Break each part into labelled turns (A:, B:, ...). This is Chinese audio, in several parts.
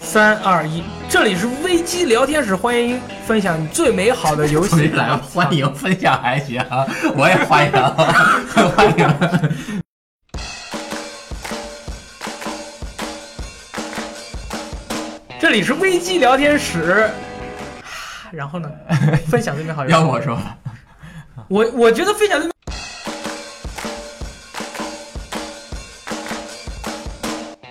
A: 三二一，这里是危机聊天室，欢迎分享你最美好的游
B: 回
A: 戏。
B: 来欢迎分享还行，我也欢迎，欢迎。
A: 这里是危机聊天室，然 后呢，分享最美好游戏。
B: 要我说，
A: 我我觉得分享最美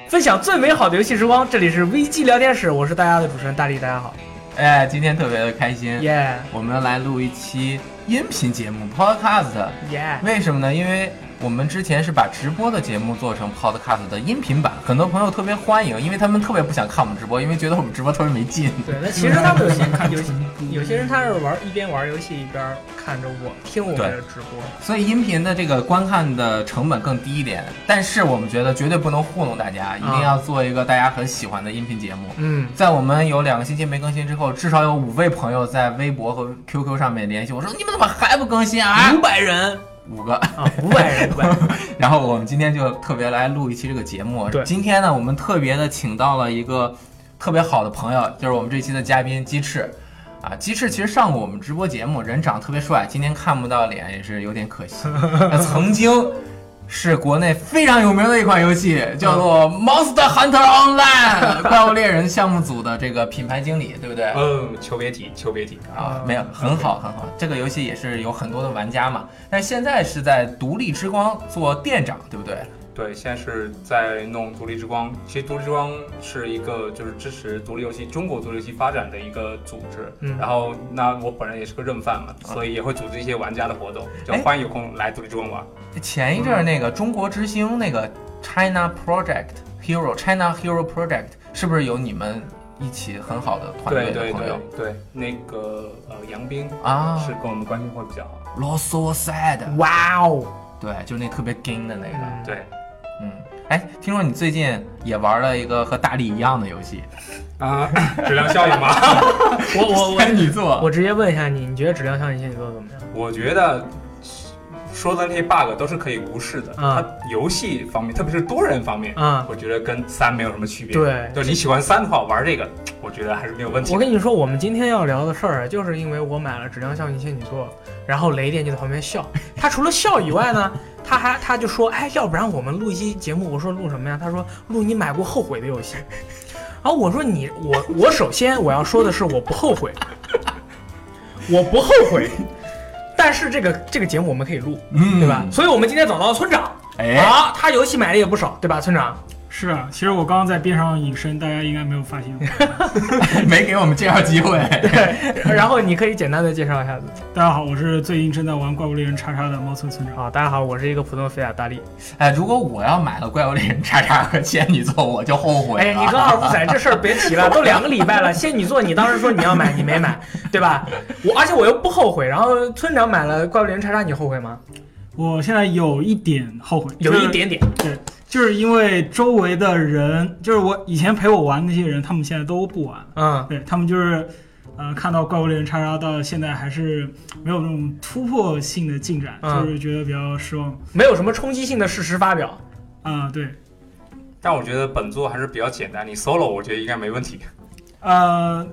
A: 分享最美好的游戏时光，这里是危机聊天室，我是大家的主持人大力，大家好，
B: 哎，今天特别的开心，
A: 耶
B: 我们来录一期音频节目 Podcast。
A: 耶，
B: 为什么呢？因为我们之前是把直播的节目做成 Podcast 的音频版，很多朋友特别欢迎，因为他们特别不想看我们直播，因为觉得我们直播特别没劲。
A: 对，那其实他们有些有 些有些人他是玩一边玩游戏一边看着我听我们的直播，
B: 所以音频的这个观看的成本更低一点，但是我们觉得绝对不能糊弄大家，一定要做一个大家很喜欢的音频节目。
A: 嗯，
B: 在我们有两个星期没更新之后，至少有五位朋友在微博和 QQ 上面联系我说：“你们怎么还不更新啊
A: 五百人？”
B: 五个。
A: 啊，五百人，五百人，
B: 然后我们今天就特别来录一期这个节目。
A: 对
B: 今天呢，我们特别的请到了一个特别好的朋友，就是我们这期的嘉宾鸡翅。啊，鸡翅其实上过我们直播节目，人长得特别帅，今天看不到脸也是有点可惜。那曾经是国内非常有名的一款游戏，叫做《Monster Hunter Online》怪物猎人项目组的这个品牌经理，对不对？
C: 嗯，求别提，求别提。
B: 啊，没有，很好，很好。这个游戏也是有很多的玩家嘛，但是现在是在独立之光做店长，对不对？
C: 对，现在是在弄独立之光。其实独立之光是一个就是支持独立游戏、中国独立游戏发展的一个组织。
A: 嗯
C: 然后那我本人也是个认饭嘛，
B: 啊
C: 所以也会组织一些玩家的活动，就
B: 哎
C: 欢迎有空来独立之光玩。
B: 前一阵儿那个中国之星那个 China Project Hero China Hero Project 是不是有你们一起很好的团
C: 对
B: 队
C: 对
B: 的朋
C: 对
B: 友
C: 对，那个呃杨斌
B: 啊？
C: 是跟我们关系会比较好。
B: l o s o Sad，
A: 哇哦，
B: 对，就那特别 g 的那个，
A: 嗯，
C: 对，
B: 嗯。哎，听说你最近也玩了一个和大力一样的游戏，
C: 啊，质量效应嘛。
A: 我 我
B: 仙
A: 我
B: 女座
A: 我直接问一下你，你觉得质量效应仙女座怎么样？
C: 我觉得说的那些 bug 都是可以无视的。
B: 嗯
A: 啊
C: 它游戏方面，特别是多人方面，
A: 啊
C: 我觉得跟三没有什么区别。
A: 对
C: 就是你喜欢三的话，玩这个，我觉得还是没有问题
A: 我
C: 的。
A: 跟你说，我们今天要聊的事儿，啊就是因为我买了《质量效应仙女座》，然后雷电就在旁边笑。他除了笑以外呢，他还他就说，哎，要不然我们录一期节目。我说录什么呀？他说录你买过后悔的游戏。然后我说你我我首先我要说的是我不后悔，我不后悔。但是这个这个节目我们可以录，
B: 嗯
A: 对吧？？所以我们今天找到了村长，
B: 哎，
A: 啊，他游戏买的也不少，对吧，村 长？
D: 是啊，其实我刚刚在边上隐身，大家应该没有发现我。啊
B: 没给我们介绍机会。
A: 对，然后你可以简单的介绍一下自己。
D: 大家好，我是最近正在玩《怪物猎人叉叉》的猫村村长。
A: 好，大家好，我是一个普通的菲亚大力。
B: 哎，如果我要买了怪物猎人叉叉和仙女座，我就后悔了。啊
A: 哎呀，你跟二五仔这事儿别 提了，都两个礼拜了。仙女座，你当时说你要买，你没买，对吧？我而且我又不后悔。然后村长买了怪物猎人叉叉，你后悔吗？
D: 我现在有一点后悔，
A: 有
D: 就是
A: 一，点点。
D: 就是因为周围的人，就是我以前陪我玩那些人，他们现在都不玩，
A: 嗯
D: 对他们就是，呃，看到《怪物猎人叉叉》到现在还是没有那种突破性的进展，
A: 嗯
D: 就是觉得比较失望。
A: 没有什么冲击性的事实发表。
D: 啊、对，
C: 但我觉得本作还是比较简单，你 solo 我觉得应该没问题。
D: 呃，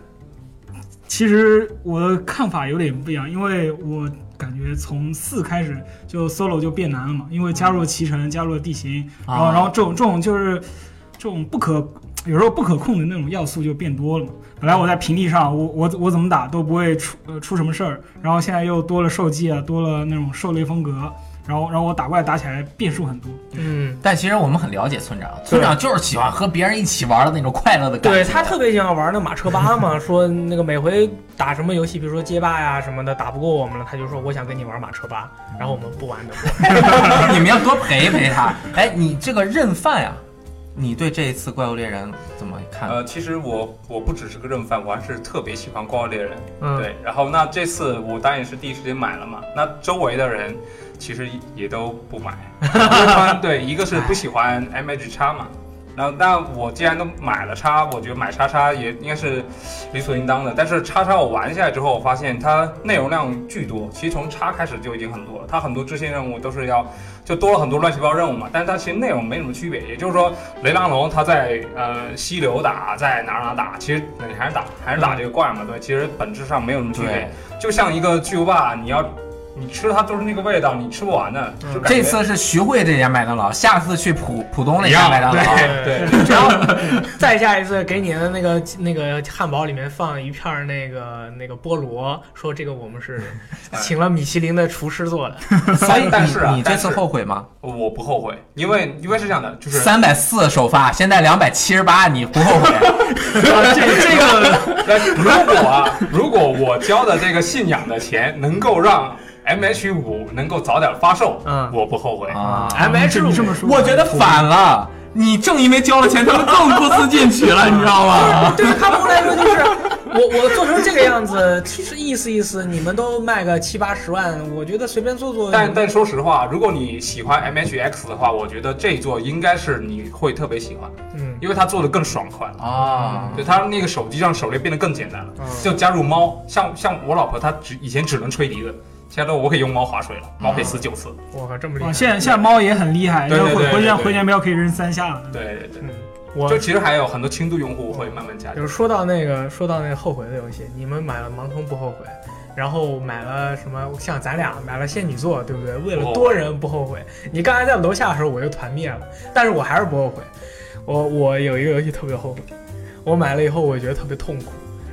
D: 其实我的看法有点不一样，因为我感觉从四开始就 solo 就变难了嘛，因为加入了骑乘，加入了地形，然后、
B: 啊
D: 然后这种这种就是这种不可有时候不可控的那种要素就变多了嘛。本来我在平地上，我我我怎么打都不会出呃出什么事儿，然后现在又多了兽技啊，多了那种兽类风格，然后然后我打怪打起来变数很多。
A: 嗯，
B: 但其实我们很了解村长，村长就是喜欢和别人一起玩的那种快乐的感觉。
A: 对 他特别喜欢玩那马车吧嘛， 说那个每回打什么游戏，比如说街霸呀什么的，打不过我们了，他就说我想跟你玩马车吧，然后我们不玩的。
B: 你们要多陪陪他。哎，你这个认饭呀、你对这一次怪物猎人怎么看？
A: 嗯
C: 呃，其实我我不只是个认番，我还是特别喜欢怪物猎人。
A: 嗯，
C: 对，然后那这次我当然也是第一时间买了嘛。那周围的人 其实也都不买，一般对，一个是不喜欢 M H 叉嘛，然后，那我既然都买了叉，我觉得买叉叉也应该是理所应当的。但是叉叉我玩下来之后，我发现它内容量巨多。其实从叉开始就已经很多了，它很多支线任务都是要就多了很多乱七八糟任务嘛。但是它其实内容没什么区别。也就是说，雷狼龙它在呃溪流打，在哪儿哪儿打，其实你还是打，还是打这个怪嘛。对，其实本质上没有什么区别
B: 对。，
C: 就像一个巨无霸，你要你吃它都是那个味道，你吃不完的。就
A: 嗯
C: 感
B: 这
C: 觉
B: 次是徐汇这家麦当劳，下次去浦浦东那
C: 一
B: 家
C: 样
B: 麦当劳。
C: 对 对，
A: 然后再下一次给你的那个那个汉堡里面放一片儿那个那个菠萝，说这个我们是请了米其林的厨师做的。
B: 所以
C: 但是啊
B: 哎你你这次
C: 但是
B: 后悔吗？
C: 我不后悔，因为因为是这样的，就是
B: 三百四首发，现在两百七十八，你不后悔？
A: 啊这这个
C: 那如果啊，如果我交的这个信仰的钱能够让 M H 五能够早点发售，
A: 嗯
C: 我不后悔。
B: 啊，
A: M
D: 你
A: H
D: 这你这么说，
B: 我觉得反了。你正因为交了钱，他们更不思进取了，你知道吗？
A: 对于他们来说就是。我我做成这个样子，其实意思意思，你们都卖个七八十万，我觉得随便做做。
C: 但但说实话，如果你喜欢 M H X 的话，我觉得这一座应该是你会特别喜欢，
A: 嗯，
C: 因为它做的更爽快了。
B: 啊，
C: 就它那个手机让狩猎变得更简单了，
A: 嗯
C: 就加入猫，像像我老婆她只以前只能吹笛子，现在都我可以用猫划水
A: 嗯
C: 了，猫可以死九次。
A: 我靠，这么厉害！
D: 啊，现在现在猫也很厉害，
C: 对
D: 就
C: 对
D: 回
C: 对对
D: 回旋
C: 对
D: 回旋镖可以扔三下了。
C: 对对对，
A: 嗯，我
C: 就其实还有很多轻度用户会慢慢加
A: 就
C: 入。
A: 是说到那个说到那个后悔的游戏，你们买了盲通不后悔，然后买了什么像咱俩买了仙女座，对不对？为了多人不后悔。你刚才在楼下的时候我就团灭了，但是我还是不后悔。我我有一个游戏特别后悔，我买了以后我觉得特别痛苦，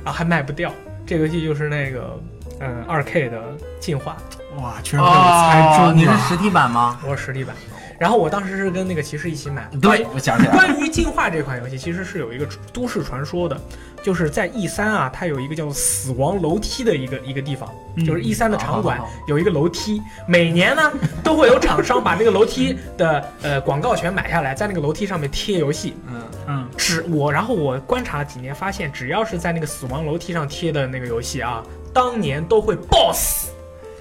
A: 然后还卖不掉。这个游戏就是那个嗯二 K 的进化，
D: 哇，
C: 啊
D: 居然被我猜中
B: 啊
D: 了！
B: 哦你是实体版吗？
A: 我是实体版。然后我当时是跟那个骑士一起买的，
B: 对，我想起来了，
A: 关于进化这款游戏，其实是有一个都市传说的，就是在 E 三啊，它有一个叫死亡楼梯的一个一个地方，
D: 嗯
A: 就是 E 三的
B: 好好
A: 场馆
B: 好好
A: 有一个楼梯，每年呢都会有厂商把这个楼梯的呃广告权买下来，在那个楼梯上面贴游戏。
B: 嗯，
D: 嗯，
A: 只我，然后我观察了几年，发现只要是在那个死亡楼梯上贴的那个游戏啊，当年都会爆死。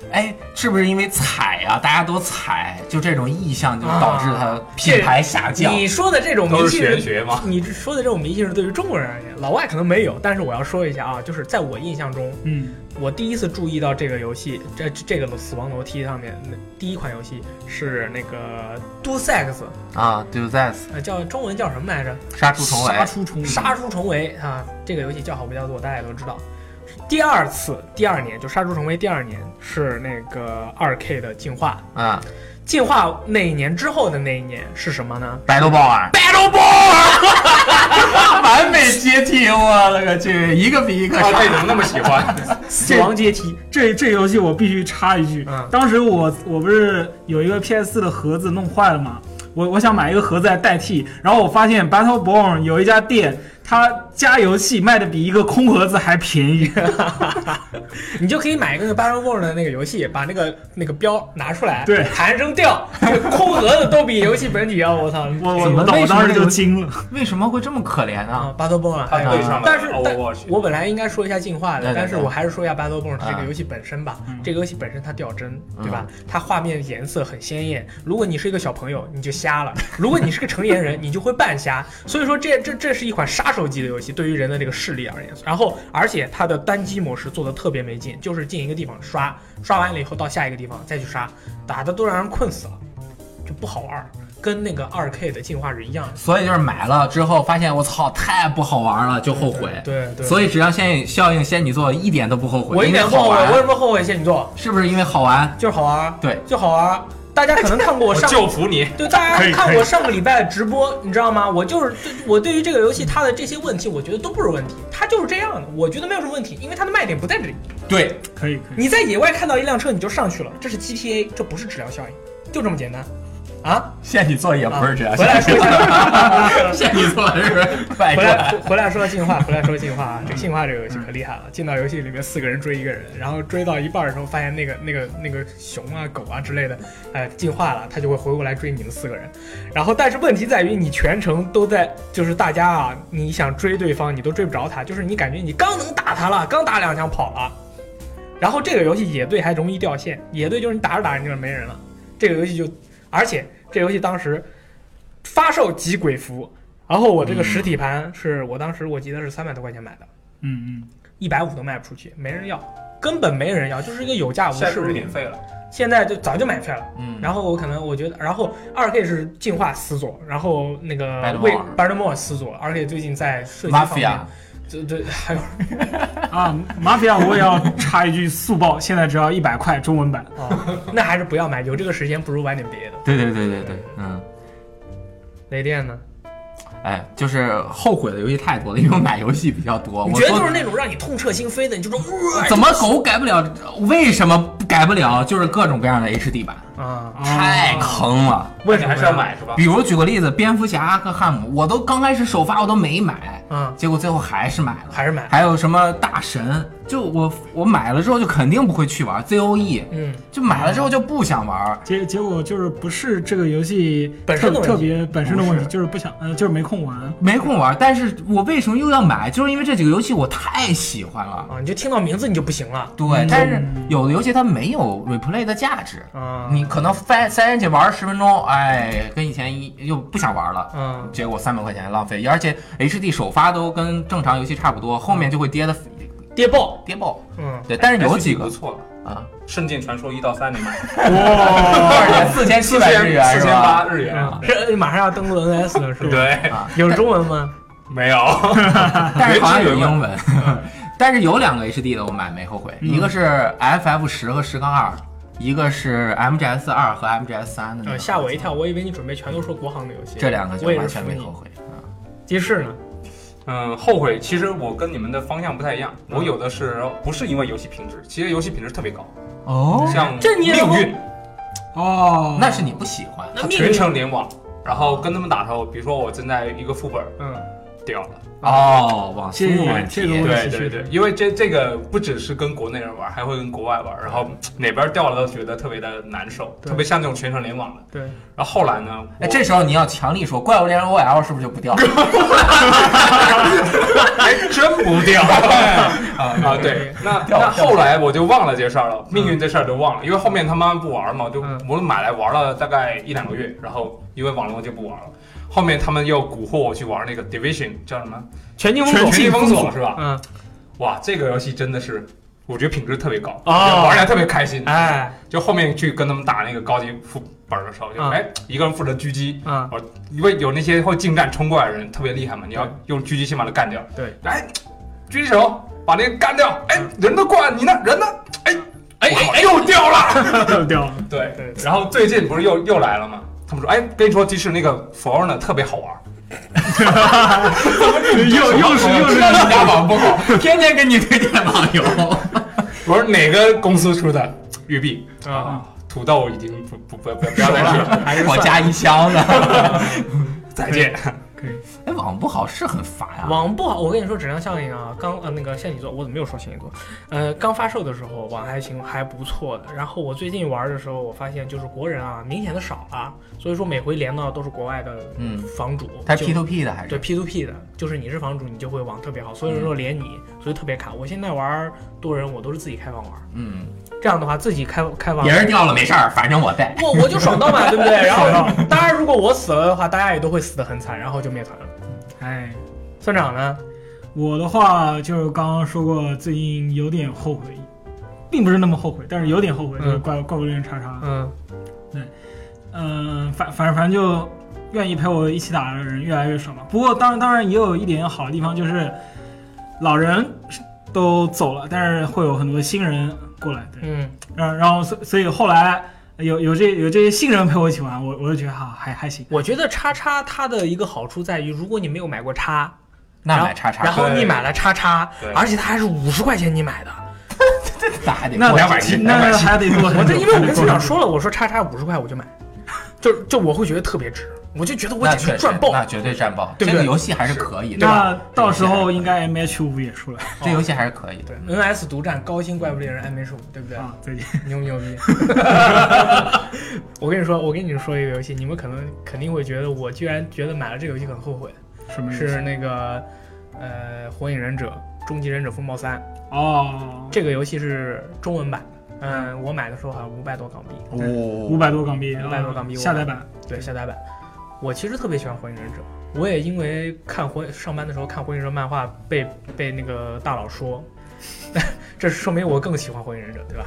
B: 哎，是不是因为踩啊？大家都踩，就这种意向就导致它品牌下降。嗯
A: 你说的这种迷
C: 啊都是
A: 信
C: 玄学 吗？
A: 你说的这种迷信是对于中国人而言，老外可能没有，但是我要说一下啊，就是在我印象中，
D: 嗯，
A: 我第一次注意到这个游戏，这这个死亡楼梯上面那第一款游戏是那个 Do Sex，
B: 啊，对在此
A: 呃，叫中文叫什么来着？
B: 杀出重
D: 杀
B: 围，嗯
D: 出重围，
A: 杀出重围啊，这个游戏叫好不叫座，大家也都知道。第二次，第二年就杀出重围，第二年是那个二 K 的进化，
B: 嗯，
A: 进化那一年之后的那一年是什么呢？
B: 白头豹儿，Battle Ball，完美接替，我勒个去，一个比一个
C: 啊，
B: 傻
C: 这。怎么那么喜欢？
A: 死亡阶梯。
D: 这这游戏我必须插一句，
A: 嗯
D: 当时我我不是有一个 PS 4的盒子弄坏了嘛，我我想买一个盒子来代替，然后我发现 Battleborn 有一家店，它加油器卖的比一个空盒子还便 宜。
A: 你就可以买一个那个 Battle World 的那个游戏，把那个那个标拿出来，
D: 对
A: 弹扔 掉，这空盒子都比游戏本体要，我操！
D: 我我
B: 怎么
D: 我
B: 为什么
D: 当时
B: 这
D: 就
B: 个
D: 惊 了，
B: 为什么会这么可怜啊？
A: 啊，Battle Born，
C: 它
A: 还有
C: 对上了
A: 但是但
C: Overwatch
A: 我本来应该说一下进化
B: 对
A: 的，
B: 对对
A: 但是我还是说一下 Battle Born 这
B: 啊嗯
A: 个游戏本身吧
D: 嗯。
A: 这个游戏本身它掉帧，对吧？它画面颜色很鲜艳。如果你是一个小朋友，你就瞎了；如果你是个成年人，你就会半瞎。所以说，这这这是一款杀手级的游戏，对于人的这个视力而言。然后，而且它的单机模式做的特别没劲，就是进一个地方刷，刷完了以后到下一个地方再去刷，打的都让人困死了，就不好玩儿。跟那个二 K 的进化是一样的。
B: 所以就是买了之后发现我操太不好玩了，就后悔。
A: 对对。
B: 所以质量效应效应仙女座一点都不后悔，
A: 我一
B: 因为
A: 点不
B: 好
A: 后悔，
B: 玩
A: 我为什么后悔仙女座？
B: 是不是因为好玩？
A: 就是好玩儿，
B: 对，
A: 就好玩儿。大家可能看过我
C: 我
A: 上，
C: 就服你。
A: 对大
D: 可
A: 家
D: 以
A: 看
D: 可
A: 我
D: 以
A: 上个礼拜的直播，你知道吗？我就是对我对于这个游戏它的这些问题，我觉得都不是问题，它就是这样的，我觉得没有什么问题，因为它的卖点不在这里。
B: 对，
D: 可以可 以，
A: 你在野外看到一辆车你就上去了，这是 GTA，这不是质量效应，就这么简单。啊，
B: 仙女座也不是质量效
A: 回来说一下， 啊
B: 应，仙女座是不是反
A: 回
B: 过
A: 来
B: 来？
A: 回来说进化，回来说进化啊！这个进化这个游戏可厉害了，进到游戏里面四个人追一个人，然后追到一半的时候发现那个那个那个熊啊狗啊之类的，呃，进化了，它就会回过来追你们四个人。然后但是问题在于你全程都在，就是大家啊，你想追对方你都追不着他，就是你感觉你刚能打他了，刚打两枪跑了。然后这个游戏野队还容易掉线，野队就是你打着打着你就没人了，这个游戏就，而且这游戏当时发售即鬼服，然后我这个实体盘是我当时我记得是三百多块钱买的，
D: 嗯嗯，
A: 一百五都卖不出去，没人要，根本没人要，就是一个有价无
C: 现在是
A: 市
C: 啊不
A: 的东西
C: 是免。费了？
A: 现在就早就买废了。
B: 嗯，
A: 然后我可能我觉得，然后二 K 是进化死左，然后那个
B: Battle
A: 为
B: Moore
A: b a r d m o r e 死左，而且最近在设计方面
B: Mafia，
A: 对对，还有
D: 啊，马菲亚我也要插一句速报，现在只要一百块中文版。
A: 哦，那还是不要买，有这个时间不如玩点别的。
B: 对对对对对，嗯，
A: 雷电呢？
B: 哎，就是后悔的游戏太多了，因为我买游戏比较多。
A: 你
B: 我
A: 觉得
B: 说
A: 就是那种让你痛彻心扉的，你就说哇
B: 怎么狗改不了？为什么改不了？就是各种各样的 HD 版，
A: 啊？
B: 太坑了。
A: 为
C: 你
A: 什么
C: 还是要？买是
A: 嗯
C: 吧？
B: 比如举个例子，蝙蝠侠和汉姆，我都刚开始首发我都没买，
A: 嗯，
B: 结果最后还是买了。
A: 还是买。
B: 还有什么大神？就我我买了之后就肯定不会去玩 ZOE，
A: 嗯，
B: E 就买了之后就不想玩。
D: 结结果就是不是这个游戏
A: 本身的
D: 特
A: 问题
D: 特别本身的问
B: 不
D: 题，
B: 是
D: 就是不想呃就是没空玩。
B: 没空玩，但是我为什么又要买？就是因为这几个游戏我太喜欢了。
A: 啊，你就听到名字你就不行了
B: 对，
D: 嗯
B: 但是有的游戏它没有 replay 的价值，
A: 啊。
B: 你可能塞塞进去玩十分钟，哎，跟以前一又不想玩了，
A: 嗯，
B: 结果三百块钱浪费，而且 HD 首发都跟正常游戏差不多，后面就会跌的
A: 跌爆。
B: 跌爆。
A: 嗯，
B: 对，但是有几
C: 不
B: 个
C: 错了，
B: 啊，
C: 《圣剑传说》一到三你买，
D: 哦
B: 多少钱？四千七百日元
C: 四
B: 是
C: 千
B: 吧？
C: 八日元。啊
A: 嗯是 马上要登陆 NS 嗯了，是吧？，
C: 对，
A: 有中文吗？
C: 没有，
B: 但是好像有英文。但是有两个 HD 的我买没后悔，
A: 嗯
B: 一个是 FF 十和十杠二，一个是 MGS 二和 MGS 三的那
A: 呃，
B: 个。
A: 吓我一跳，我以为你准备全都说国行的游戏。
B: 这两个就
A: 我也
B: 完
A: 是
B: 全
A: 服
B: 没
A: 你
B: 后悔啊。
A: 鸡翅呢？
C: 嗯，后悔。其实我跟你们的方向不太一样，我有的是不是因为游戏品质，其实游戏品质特别高，
B: 哦
C: 像
A: 这你也能
C: 命运、
D: 哦，
B: 那是你不喜欢。
A: 那命
C: 全
A: 运
C: 程联网，然后跟他们打头，比如说我正在一个副本
A: 嗯，
C: 掉了，
B: 哦，网速问
D: 这个
B: 题
D: 我。
C: 对
D: 是
C: 对
D: 是
C: 对，因为这这个不只是跟国内人玩，还会跟国外玩，然后哪边掉了都觉得特别的难受，
A: 对
C: 特别像这种全程联网的。
A: 对，
C: 然后后来呢，
A: 哦
C: 我
B: 哎，这时候你要强力说《怪物猎人 OL》是不是就不掉了？
C: 还真不 掉
A: 哎
C: 啊！对，那那后来我就忘了这事儿了，命运这事儿就忘了，因为后面他慢慢不玩嘛，就
A: 嗯
C: 我买来玩了大概一两个月，然后因为网络就不玩了。后面他们又蛊惑我去玩那个 Division，叫什么？
A: 全境
C: 全
A: 封锁。
C: 境封锁是吧？
A: 嗯，
C: 哇，这个游戏真的是，我觉得品质特别高，
A: 哦
C: 玩起来特别开心。
A: 哎，
C: 就后面去跟他们打那个高级副本的时候，就
A: 嗯
C: 哎，一个人负责狙击，
A: 嗯，
C: 哦因为有那些会近战冲过来的人特别厉害嘛，你要用狙击先把他干掉。
A: 对，
C: 哎，狙击手把那个干掉，哎，人都过来，你呢？人呢？哎哎哎，又掉了。
D: 掉掉了。
C: 对
A: 对对
C: 然后最近不是又又来了吗？他们说，哎，跟你说，即使那个 For 呢特别好玩，
D: 又又是又
B: 知
D: 是
B: 道你家网不好，天天给你推荐网游。
C: 我说哪个公司出的？育碧
A: 啊，，
C: 土豆已经不不不不不要再说 了，
A: 还是
B: 我
A: 算
B: 家一箱的。
C: 再见。
B: 哎，网不好是很烦啊。
A: 网不好，我跟你说，质量效应啊，刚呃那个仙女座，我怎么又说仙女座？呃，刚发售的时候网还行，还不错的。然后我最近玩的时候，我发现就是国人啊，明显的少了，所以说每回连到都是国外的
B: 嗯
A: 房主，
B: 它
A: 就
B: P to P 的还
A: 对
B: 是？
A: P to P 的，就是你是房主，你就会网特别好，
B: 嗯
A: 所以说连你，所以特别卡。我现在玩多人，我都是自己开房玩，
B: 嗯，
A: 这样的话自己开开房
B: 别。人掉了没事儿，反正我在。
A: 我我就爽到嘛，对不对？然后，当然，如果我死了的话，大家也都会死得很惨，然后就灭团了。
B: 嗯
D: 哎，
A: 村长呢？
D: 我的话就是刚刚说过，最近有点后悔，并不是那么后悔，但是有点后悔，就是
A: 嗯
D: 怪怪物猎人叉叉。
A: 嗯
D: 嗯，反反正反正就愿意陪我一起打的人越来越少嘛。不过当然当然也有一点好的地方，就是老人都走了，但是会有很多新人过来。对，
A: 嗯，
D: 然后然后所所以后来有有这有这些新人陪我一起玩，我我就觉得哈、还还行。
A: 我觉得叉叉它的一个好处在于，如果你没有买过叉，
B: 那买叉叉，
A: 然后
C: 对
A: 你买了叉叉
C: 对，
A: 而且它还是五十块钱你 买的，
B: 那还得
D: 那
B: 过
C: 两百七两百
D: 那
C: 七
D: 还得做
A: 我
D: 很久。
A: 这因为我
D: 还得
A: 跟
D: 做
A: 村长
D: 很久
A: 说了，我说叉叉五十块我就买，就就我会觉得特别值，我就觉得我
B: 那
A: 简直
B: 确
A: 赚
B: 实，
A: 爆。
B: 那绝对战爆。
A: 对不对
B: 这个游戏还是可以的，
D: 那到时候应该 M H 五也出来
B: 这游戏还是可以的。
A: 对，NS 独占高清怪物猎人 M H 五，对不对？
D: 啊！再见。
A: 牛不牛逼？我跟你说，我跟你们说一个游戏，你们可能肯定会觉得我居然觉得买了这个游戏很后悔，
D: 什么游戏
A: 是那个呃《火影忍者》《终极忍者风暴三》
D: 哦，
A: 这个游戏是中文版的，嗯，我买的时候好像五百多港币，
B: 哦
D: 五百多港币，啊
A: 500多港币
D: 下载版。
A: 对下载版。我其实特别喜欢《火影忍者》，我也因为看火上班的时候看火影忍者漫画被被那个大佬说， 这说明我更喜欢火影忍者，对吧？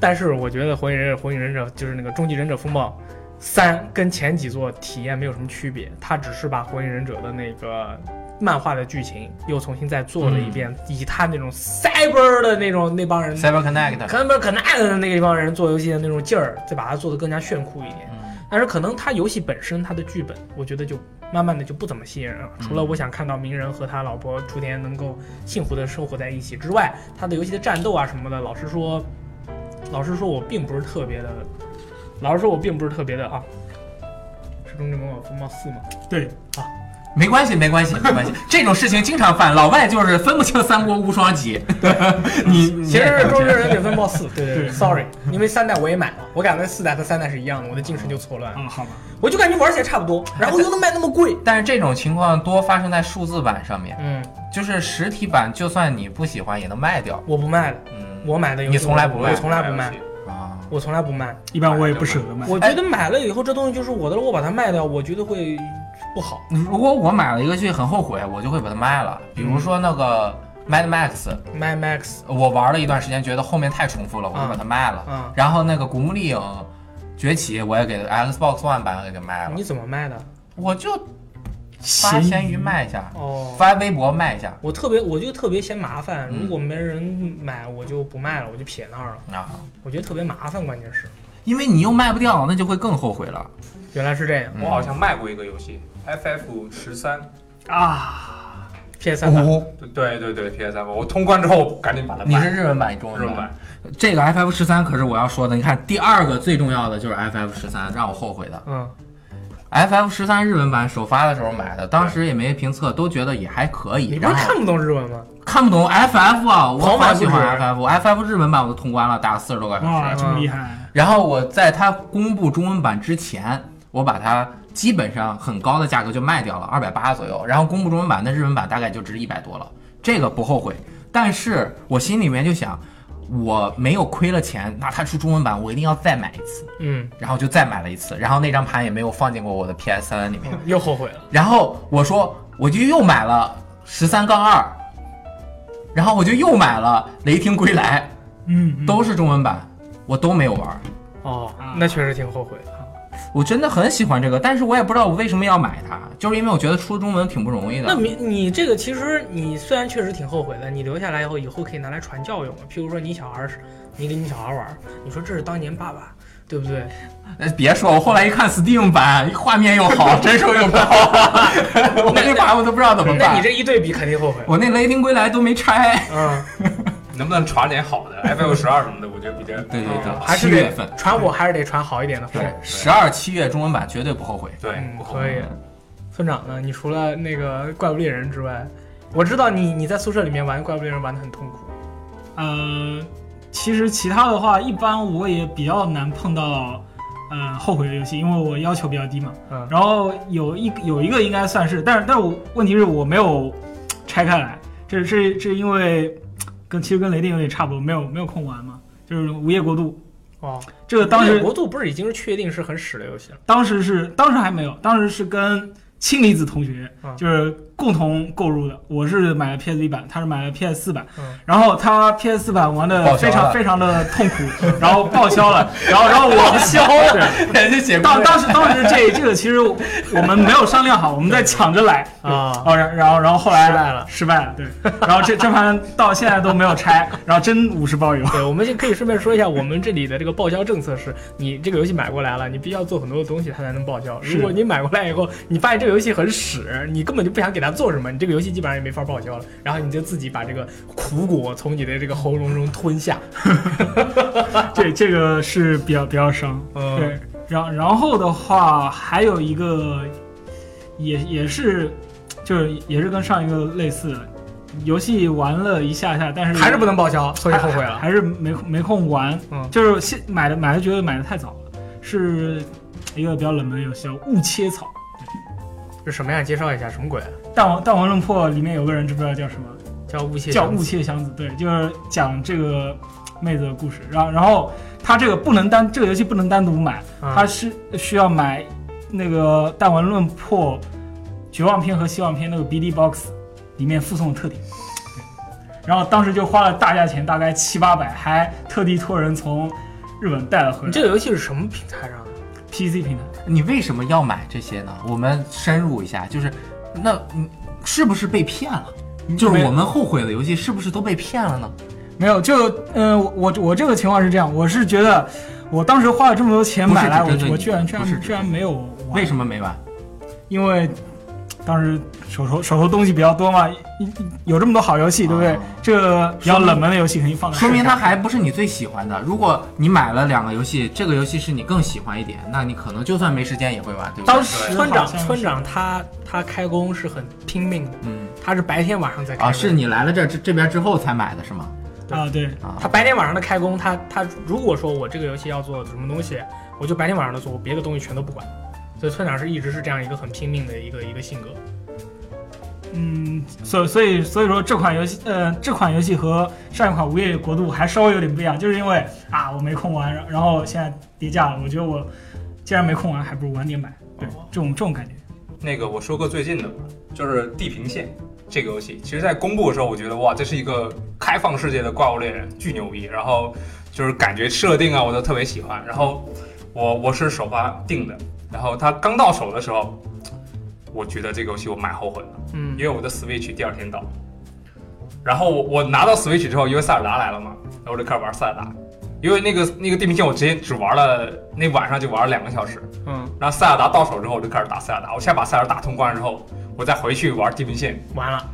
A: 但是我觉得火影忍者火影忍者就是那个终极忍者风暴三跟前几座体验没有什么区别，它只是把火影忍者的那个。漫画的剧情又重新再做了一遍，以他那种 cyber 的那种那帮人
B: Cyber Connect，
A: 根本可耐的那一帮人做游戏的那种劲儿，再把它做得更加炫酷一点。
B: 嗯，
A: 但是可能它游戏本身它的剧本，我觉得就慢慢的就不怎么吸引人了。
B: 嗯
A: 除了我想看到鸣人和他老婆雏田能够幸福的生活在一起之外，它的游戏的战斗啊什么的，老实说，老实说我并不是特别的，老实说我并不是特别的啊。是终极魔法风暴四吗？
D: 对，
B: 没关系，没关系，没关系，这种事情经常犯，老外就是分不清三国无双几，你
C: 嗯
B: 你
A: 其实是终极忍者风暴四，对对对
D: 对
A: ，sorry，因为三代我也买了，我感觉四代和三代是一样的，我的进程就错乱了。
D: 啊，好吧，
A: 我就感觉玩起来差不多，然后又能卖那么贵。
B: 但是这种情况多发生在数字版上面，
A: 嗯，
B: 就是实体版，就算你不喜欢也能卖掉。
A: 我不卖的，
B: 嗯，
A: 我买的游戏
B: 你从来不卖
A: 我从来不卖，
B: 啊，
A: 我从来不卖。
D: 一般我也不舍得买。
A: 我觉得买了以后这东西就是我的了，我把它卖掉，我觉得会不好。
B: 如果我买了一个剧很后悔，我就会把它卖了。比如说那个 Mad Max，
A: 卖 Max
B: 我玩了一段时间，觉得后面太重复了，我就把它卖了。
A: 啊、
B: 然后那个《古墓丽影崛起》，我也给 Xbox One 版给卖了，
A: 你怎么卖的？
B: 我就发闲鱼卖一下，
A: 哦，
B: 发微博卖一下
A: 我特别，我就特别嫌麻烦，
B: 嗯
A: 如果没人买，我就不卖了，我就撇那儿了。
B: 啊，
A: 我觉得特别麻烦，关键是
B: 因为你又卖不掉，那就会更后悔了。
A: 原来是这样。
B: 嗯
C: 我好像卖过一个游戏，FF 十三，
D: 啊，
A: PS 三版，
B: 哦，
C: 对对对，PS 三，我通关之后赶紧把它
B: 你
C: 卖
B: 是日文版，中
C: 日
B: 文
C: 文
B: 版
C: 版。，
B: 这个 FF 十三可是我要说的，你看第二个最重要的就是 FF 十三，让我后悔的。
A: 嗯
B: FF 十三日文版首发的时候买的，当时也没评测，都觉得也还可以。
A: 你不是
B: 然后
A: 看不懂日文吗？
B: 看不懂 FF 啊，我
A: 狂买
B: 好
A: 不
B: 喜欢
A: 止
B: FF。我 FF 日文版我都通关了，打了四十多个小
D: 哇，
B: 时。
D: 这么厉害！
B: 然后我在它公布中文版之前，我把它基本上很高的价格就卖掉了，二百八左右。然后公布中文版的日文版大概就值一百多了，这个不后悔。但是我心里面就想，我没有亏了钱，那它出中文版我一定要再买一次，
A: 嗯，
B: 然后就再买了一次。然后那张盘也没有放进过我的 PS 三里面。
A: 又后悔了。
B: 然后我说我就又买了十三杠二，然后我就又买了《雷霆归来
D: 嗯，》，嗯
B: 都是中文版，我都没有玩儿。
A: 哦
D: 啊，
A: 那确实挺后悔的。
B: 我真的很喜欢这个，但是我也不知道我为什么要买它，就是因为我觉得出中文挺不容易
A: 那
B: 的。
A: 你你这个其实你虽然确实挺后悔的，你留下来以后，以后可以拿来传教用。譬如说你小孩儿是，你给你小孩玩儿，你说这是当年爸爸，对不对？
B: 呃别说，我后来一看 Steam 版，画面又 好， 帧数又高，我那把我都不知道怎么
A: 那你
B: 办。
A: 这一对比肯定后悔。
B: 我那《雷霆归来》都没拆。
A: 嗯，
C: 能不能传点好 的 FF 十二什么的？我觉得比较
B: 对对对，
A: 嗯还是
B: 七月份
A: 得，传火，还是得传好一点的火
B: 对。，十二七月中文版绝对不后悔。
C: 对
A: 嗯，
C: 不，
A: 可以。 村长呢？你除了那个怪物猎人之外，我知道你你在宿舍里面玩怪物猎人玩的很痛苦。
D: 呃，其实其他的话，一般我也比较难碰到，呃，后悔的游戏，因为我要求比较低嘛。
A: 嗯
D: 然后有一有一个应该算是，但是但是我问题是我没有拆开来，这这这因为跟其实跟雷电有点差不多，没有没有空玩嘛，就是《午夜国度》
A: 哦，
D: 这个当
A: 猎
D: 时
A: 国度不是已经是确定是很屎的游戏了？
D: 当时是当时还没有，当时是跟氢离子同学、
A: 嗯
D: 就是共同购入的，我是买了 PS 一版，他是买了 PS 四版，
A: 嗯
D: 然后他 PS 四版玩
B: 报销
D: 的
B: 了
D: 非常非常的痛 苦，然后报销了，然后然后我销了。
B: 人家写
D: 当当时当时这这个其实我们没有商量好，我们在抢着来对
A: 啊
D: 哦，然然后然后后来
A: 失败了
D: 失败了，对，然后这这盘到现在都没有拆，然后真五十包邮。
A: 对，我们就可以顺便说一下，我们这里的这个报销政策是，你这个游戏买过来了，你必须要做很多的东西，它才能报销。
D: 是
A: 如果你买过来以后，你发现这个游戏很屎，你根本就不想给它做什么，你这个游戏基本上也没法报销了。然后你就自己把这个苦果从你的这个喉咙中吞下。
D: 这这个是比较比较伤。
A: 嗯
D: 对，然然后的话，还有一个也也是，就是也是跟上一个类似的，游戏玩了一下下，但是
A: 还是不能报销，所以后悔
D: 还
A: 了。
D: 还是没空没空玩。
A: 嗯
D: 就是现买的买的觉得买的太早了，是一个比较冷门的游戏叫《雾切草
A: 这什么样？介绍一下，什么鬼？》。
D: 弹王弹王论破里面有个人知不知道叫什么？
A: 叫雾气。
D: 叫雾。切祥子，对，就是讲这个妹子的故事。然后然后他这个不能单这个游戏不
B: 嗯
D: 呃能单独买，
A: 啊
D: 它是需要买那个《弹丸论破》绝望篇和希望篇那个 BD Box 里面附送的特点。然后当时就花了大价钱，大概七八百，还特地托人从日本带了回
A: 你
D: 来。
A: 这个游戏是什么平台上的？
D: PC 平台，
B: 你为什么要买这些呢？我们深入一下，就是那嗯是不是被骗了？就是
A: 嗯
D: 没
B: 我们后悔的游戏是不是都被骗了呢？
D: 没有，就嗯、呃，我我我这个情况是这样，我是觉得我当时花了这么多钱
B: 不是
D: 买来，
B: 只针
D: 我
B: 对
D: 我
B: 你
D: 居然居
B: 不是
D: 然
B: 只
D: 居然没有玩，
B: 为什么没玩？
D: 因为当时手头手头东西比较多嘛，一一有这么多好游戏，对不对？
B: 啊
D: 这个比较冷门的游戏肯定放
A: 哦
D: 在
B: 说明
D: 身上
B: 它还不是你最喜欢的。如果你买了两个游戏，这个游戏是你更喜欢一点，那你可能就算没时间也会玩，对不对？
A: 当时村长
D: 好像是
A: 村长他他开工是很拼命的，
B: 嗯
A: 他是白天晚上在开工
B: 啊，是你来了这这这边之后才买的是吗？
D: 啊，对，
B: 啊
A: 他，白天晚上的开工，他他如果说我这个游戏要做什么东西，我就白天晚上的做，我别的东西全都不管。所以村长是一直是这样一个很拼命的一个一个性格。
D: 嗯，所所以所以说这款游戏，呃，这款游戏和上一款《无业国度》还稍微有点不一样，就是因为啊，我没空玩，然然后现在跌价了，我觉得我既然没空玩，还不如晚点买，对，
A: 哦
D: 这种这种感觉。
C: 那个我说个最近的吧，就是《地平线》这个游戏。其实，在公布的时候，我觉得哇，这是一个开放世界的怪物猎人，巨牛逼。然后就是感觉设定啊，我都特别喜欢。然后我我是首发定的，然后它刚到手的时候，我觉得这个游戏我蛮后悔的，
A: 嗯
C: 因为我的 Switch 第二天到。然后我我拿到 Switch 之后，因为塞尔达来了嘛，然后我就开始玩塞尔达。因为那个那个地平线，我直接只玩了那晚上就玩了两个小时，
A: 嗯，
C: 然后塞尔达到手之后，我就开始打塞尔达。我先把塞尔达通关之后，我再回去玩地平线，
A: 完了，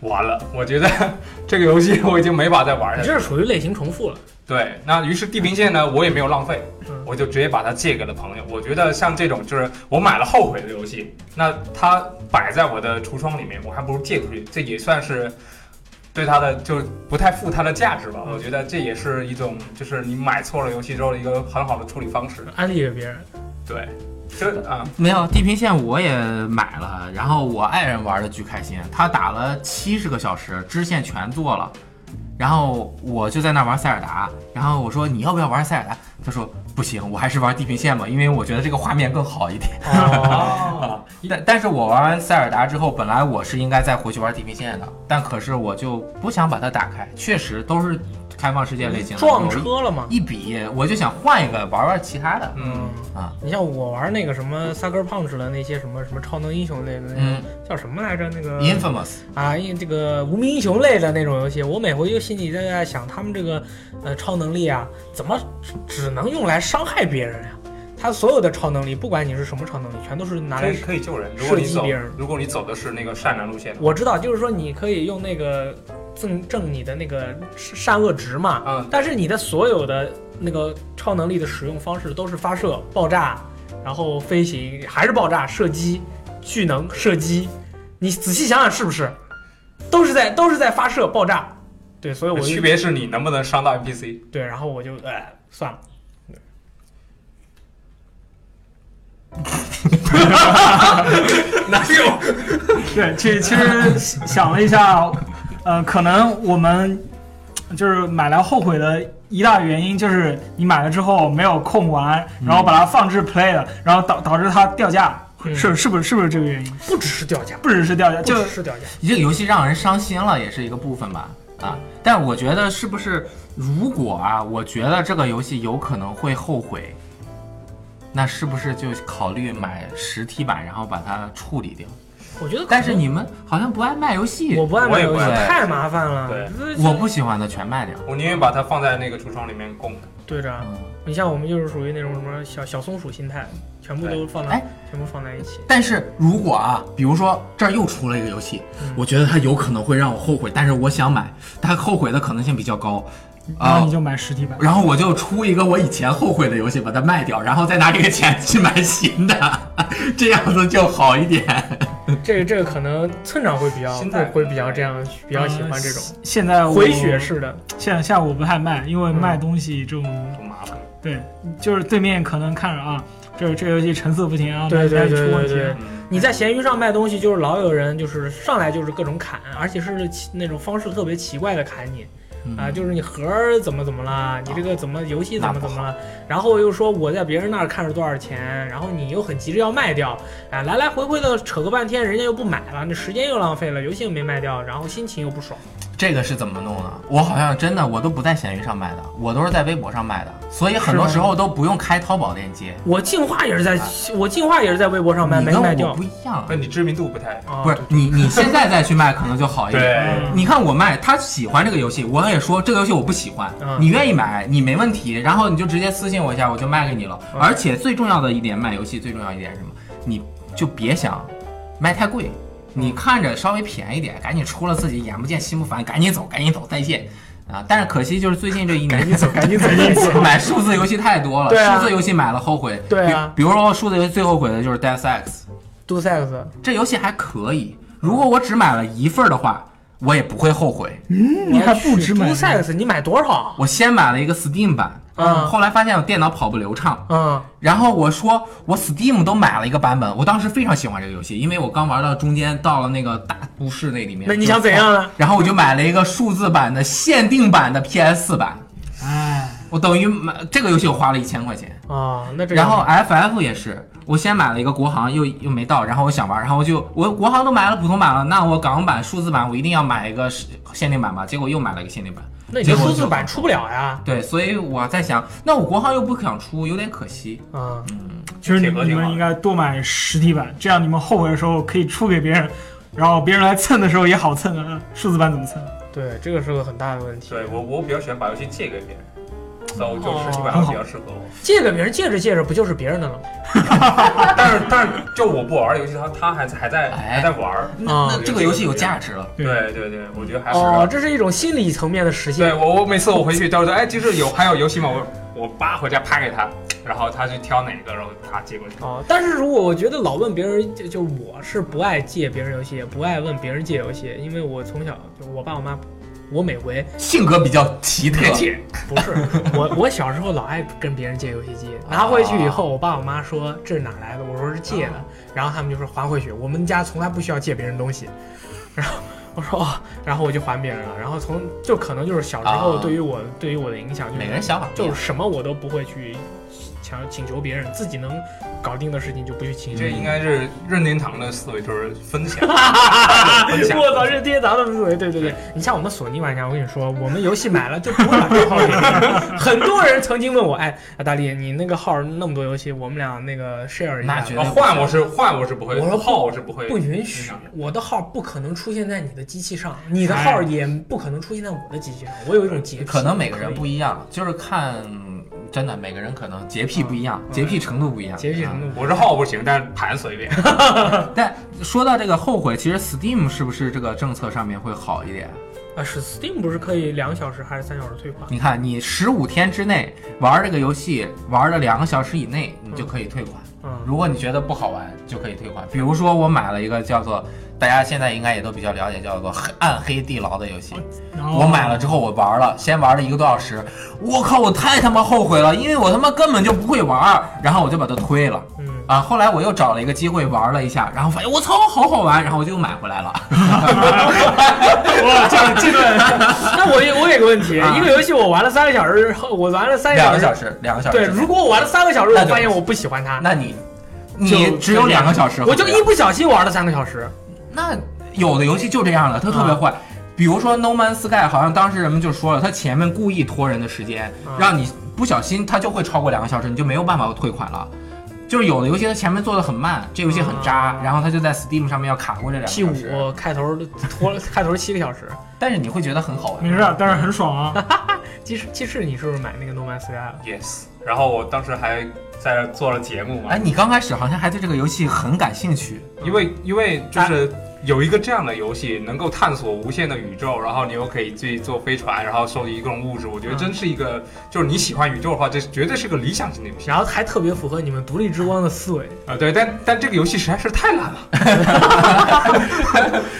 C: 完了，我觉得 这个游戏我已经没法再玩
A: 你
C: 下去。
A: 这是属于类型重复了。
C: 对，那于是地平线呢，我也没有浪费
A: 嗯，
C: 我就直接把它借给了朋友。我觉得像这种就是我买了后悔的游戏，那它摆在我的橱窗里面，我还不如借出去，这也算是。对它的就不太付它的价值吧，我觉得这也是一种，就是你买错了游戏之后的一个很好的处理方式。
A: 安利给别人，
C: 对，这啊，
B: 没有地平线我也买了，然后我爱人玩的巨开心，他打了七十个小时，支线全做了，然后我就在那玩塞尔达，然后我说你要不要玩塞尔达？他说不行，我还是玩地平线吧，因为我觉得这个画面更好一点。
C: 哦，
B: 但但是我玩完塞尔达之后，本来我是应该再回去玩地平线的，但可是我就不想把它打开，确实都是开放世界类型的，
A: 撞
B: 有
A: 车了吗？
B: 一一比，我就想换一个玩玩其他的
C: 嗯，
B: 啊，
A: 你像我玩那个什么《萨克胖子》的那些什么什么超能英雄类的那个
B: 嗯
A: 叫什么来着？那个
B: ，Infamous
A: 啊，因为这个无名英雄类的那种游戏，我每回就心里在在想，他们这个呃超能力啊，怎么只只能用来伤害别人呀、他所有的超能力，不管你是什么超能力，全都是拿
C: 可
A: 来
C: 以。可以救人。如果你
A: 射击
C: 走
A: 别人，
C: 如果你走的是那个善良路线的话，
A: 我知道，就是说你可以用那个正正你的那个善恶值嘛，
C: 嗯
A: 但是你的所有的那个超能力的使用方式都是发射、爆炸，然后飞行，还是爆炸、射击、蓄能、射击。你仔细想想是不是，都是在都是在发射、爆炸。对，所以我就
C: 嗯呃区别是你能不能伤到 NPC。
A: 对，然后我就哎算了。
C: 哪有？
D: 对，其其实想了一下，呃，可能我们就是买来后悔的一大原因就是你买了之后没有空玩，然后把它放置 play 了，然后导导致它掉价，
A: 嗯
D: 是是不是是不是这个原因？
A: 不只是掉价，
D: 不只是掉价，
A: 不
D: 就
A: 只是掉价。
B: 这个游戏让人伤心了，也是一个部分吧啊，但我觉得是不是如果啊，我觉得这个游戏有可能会后悔，那是不是就考虑买实体版，然后把它处理掉？
A: 我觉得可能，
B: 但是你们好像不爱卖游戏，
A: 我不爱
C: 我
A: 买
C: 也
A: 游
C: 不
A: 戏，
B: 爱买
A: 太麻烦了。
C: 对
B: 我不喜欢的全卖掉。
C: 我宁愿把它放在那个橱窗里面供的。
A: 对着啊，
B: 嗯
A: 你像我们就是属于那种什么小小松鼠心态，全部都放在
B: 哎
A: 全部放在一起。
B: 但是如果啊，比如说这儿又出了一个游戏，
A: 嗯
B: 我觉得它有可能会让我后悔，但是我想买，它后悔的可能性比较高，
D: 然
B: 啊、
D: 后你就买实体版。
B: 然后我就出一个我以前后悔的游戏，把它卖掉，然后再拿这个钱去买新的，这样子就好一点。
A: 这个这个可能村长会比较
C: 心态
A: 会会比较这样，比较喜欢这种
D: 呃现在我
A: 回血，式的。
D: 现在现在我不太卖，因为
A: 嗯
D: 卖东西这种，
C: 多麻烦。
D: 对，就是对面可能看着啊，这这游戏成色不行啊，
A: 对对
D: 卖
A: 对
D: 出问
A: 对
D: 题了啊
A: 对
C: 嗯，
A: 你在闲鱼上卖东西，就是老有人就是上来就是各种砍，而且是其那种方式特别奇怪的砍你。
B: 嗯
A: 啊，就是你盒儿怎么怎么了，你这个怎么游戏怎么怎么了，然后又说我在别人那儿看是多少钱，然后你又很急着要卖掉，啊，来来回回的扯个半天，人家又不买了，那时间又浪费了，游戏又没卖掉，然后心情又不爽。
B: 这个是怎么弄呢？我好像真的我都不在闲鱼上买的，我都是在微博上买的，所以很多时候都不用开淘宝链接。
A: 我进化也是在，我进化也是在微博上哦卖，
B: 你
A: 没
B: 跟
A: 卖
B: 我
A: 掉
B: 不。一样
C: 那，你知名度不太
A: 啊
B: 不是你你现在再去卖可能就好一点。
A: 嗯
B: 你看我卖，他喜欢这个游戏，我也说这个游戏我不喜欢
A: 嗯，
B: 你愿意买你没问题，然后你就直接私信我一下，我就卖给你了。
A: 嗯
B: 而且最重要的一点，买游戏最重要一点是什么？你就别想卖太贵，你
A: 嗯
B: 看着稍微便宜点，赶紧出了自己眼不见心不烦，赶紧走，赶紧走，再见。啊！但是可惜就是最近这一年，
A: 赶紧走，
B: 买数字游戏太多了，
A: 对啊
B: 数字游戏买了后悔。
A: 对啊
B: 比比如说数字游戏最后悔的就是 Deus Ex，
A: Do sex，
B: 这游戏还可以。如果我只买了一份儿的话，我也不会后悔。
D: 你还不止买
A: Do sex，你买多少？
B: 我先买了一个 Steam 版，
A: 嗯
B: 后来发现我电脑跑不流畅，
A: 嗯，
B: 然后我说我 Steam 都买了一个版本，我当时非常喜欢这个游戏，因为我刚玩到中间到了那个大都市那里面。
A: 那你想怎样啊呢？
B: 然后我就买了一个数字版的限定版的 PS 4版，
D: 哎，
B: 我等于买这个游戏我花了一千块钱。
A: 啊，那这个
B: 然后 FF 也是，我先买了一个国行，又又没到，然后我想玩，然后我就我国行都买了普通版了，那我港版、数字版我一定要买一个是限定版吧，结果又买了一个限定版。
A: 那你这
B: 结果
A: 数
B: 就
A: 字版出不了呀。
B: 对，所以我在想，那我国行又不想出，有点可惜。
A: 嗯，
D: 其实
C: 铁
D: 你
C: 盒
D: 们你
C: 挺好
D: 们应该多买实体版，这样你们后悔的时候可以出给别人，然后别人来蹭的时候也好蹭啊。数字版怎么蹭？
A: 对，这个是个很大的问题。
C: 对我，我比较喜欢把游戏借给别人，所以我就实体版
D: 哦
C: 比较适合我。
A: 借给别人，借着借着不就是别人的了吗？哦
C: 但是但是，就我不玩儿游戏，他他还在还在
B: 哎
C: 还在玩儿。
A: 啊
B: 那这个游戏有价值了。
D: 对
C: 对对对，我觉得还是。啊
A: 哦，这是一种心理层面的实
C: 对
A: 现。
C: 我，我每次我回去都说，哎，就是有还有游戏吗？我我爸回家拍给他，然后他去挑哪个，然后他接过去。
A: 哦，但是如果我觉得老问别人，就就我是不爱借别人游戏，也不爱问别人借游戏，因为我从小就我爸我妈，我每回
B: 性格比较奇特，
A: 不是我我小时候老爱跟别人借游戏机，拿回去以后，我爸我妈说这是哪来的，我说是借
B: 啊
A: 的，然后他们就说还回去，我们家从来不需要借别人东西，然后。我说哦，然后我就还别人了，然后从就可能就是小时候
B: 啊
A: 对于我、对于我的影响就是
B: 每个人想法不一
A: 就
B: 样
A: 是。什么我都不会去强请求别人，自己能搞定的事情就不去请
C: 你
A: 求别
C: 这
A: 人。
C: 应该是任天堂的思维，就是分 享，分享。
A: 我操，这爹砸的思维，对对对，你像我们索尼玩家，我跟你说，我们游戏买了就不会把账号给别 人。很多人曾经问我，哎，啊大力，你那个号那么多游戏，我们俩那个 share 一
B: 那
A: 下
B: 绝
A: 吧。
C: 啊换我是换我是不会，
A: 我说
C: 换我是不会。
A: 不允许，我的号不可能出现在你的机器上，你的号也不可能出现在我的机器上。我有一种洁癖，
B: 哎可能每个人不
A: 一
B: 一样，就是看真的每个人可能洁癖不一样，洁癖程度不一样。
A: 嗯洁癖程
B: 啊
A: 度不
C: 我这号不行，但是盘随便。
B: 但说到这个后悔，其实 Steam 是不是这个政策上面会好一点？
A: 啊，是 Steam 不是可以两小时还是三小时退款？
B: 你看，你十五天之内玩这个游戏，玩了两个小时以内，你就可以退款。
A: 嗯，
B: 如果你觉得不好玩，就可以退款。比如说，我买了一个叫做大家现在应该也都比较了解，叫做《暗黑地牢》的游戏。
D: 然
A: 哦
D: 后
B: 我买了之后，我玩了，先玩了一个多小时，我靠，我太他妈后悔了，因为我他妈根本就不会玩，然后我就把它推了。
A: 嗯，
B: 啊，后来我又找了一个机会玩了一下，然后发现我操，好好玩，然后我就又买回来了。
D: 哇，这样这段
A: 那我有我有个问题，
B: 啊
A: 一个游戏我玩了三个小时，后我玩了三
B: 两
A: 个
B: 个
A: 时
B: 小，时，两个小时。
A: 对，如果我玩了三个小时，
B: 那
A: 我
B: 就
A: 发现我不喜欢它，
B: 那你
A: 就
B: 你只有两个小时，
A: 我就一不小心玩了三个小时。
B: 那有的游戏就这样了，它特别坏。
A: 嗯
B: 比如说《No Man's Sky》，好像当时人们就说了，它前面故意拖人的时间，
A: 嗯
B: 让你不小心它就会超过两个小时，你就没有办法退款了。就是有的游戏它前面做的很慢，这游戏很渣
A: 嗯，
B: 然后它就在 Steam 上面要卡过这两个
A: P
B: 小时。
A: 五开头拖了开头七个小时，
B: 但是你会觉得很好玩。
D: 没事，但是很爽啊。
A: 鸡翅鸡翅，你是不是买那个 No Man's Sky 了？
C: Yes，然后我当时还在那做了节目嘛
B: 哎，，你刚开始好像还对这个游戏很感兴趣，
C: 因为因为就是有一个这样的游戏，能够探索无限的宇宙，然后你又可以自己坐飞船，然后收集各种物质，我觉得
A: 嗯
C: 真是一个，就是你喜欢宇宙的话，这绝对是个理想型的游戏
A: 然后还特别符合你们独立之光的思维，
C: 啊。对，但但这个游戏实在是太烂了，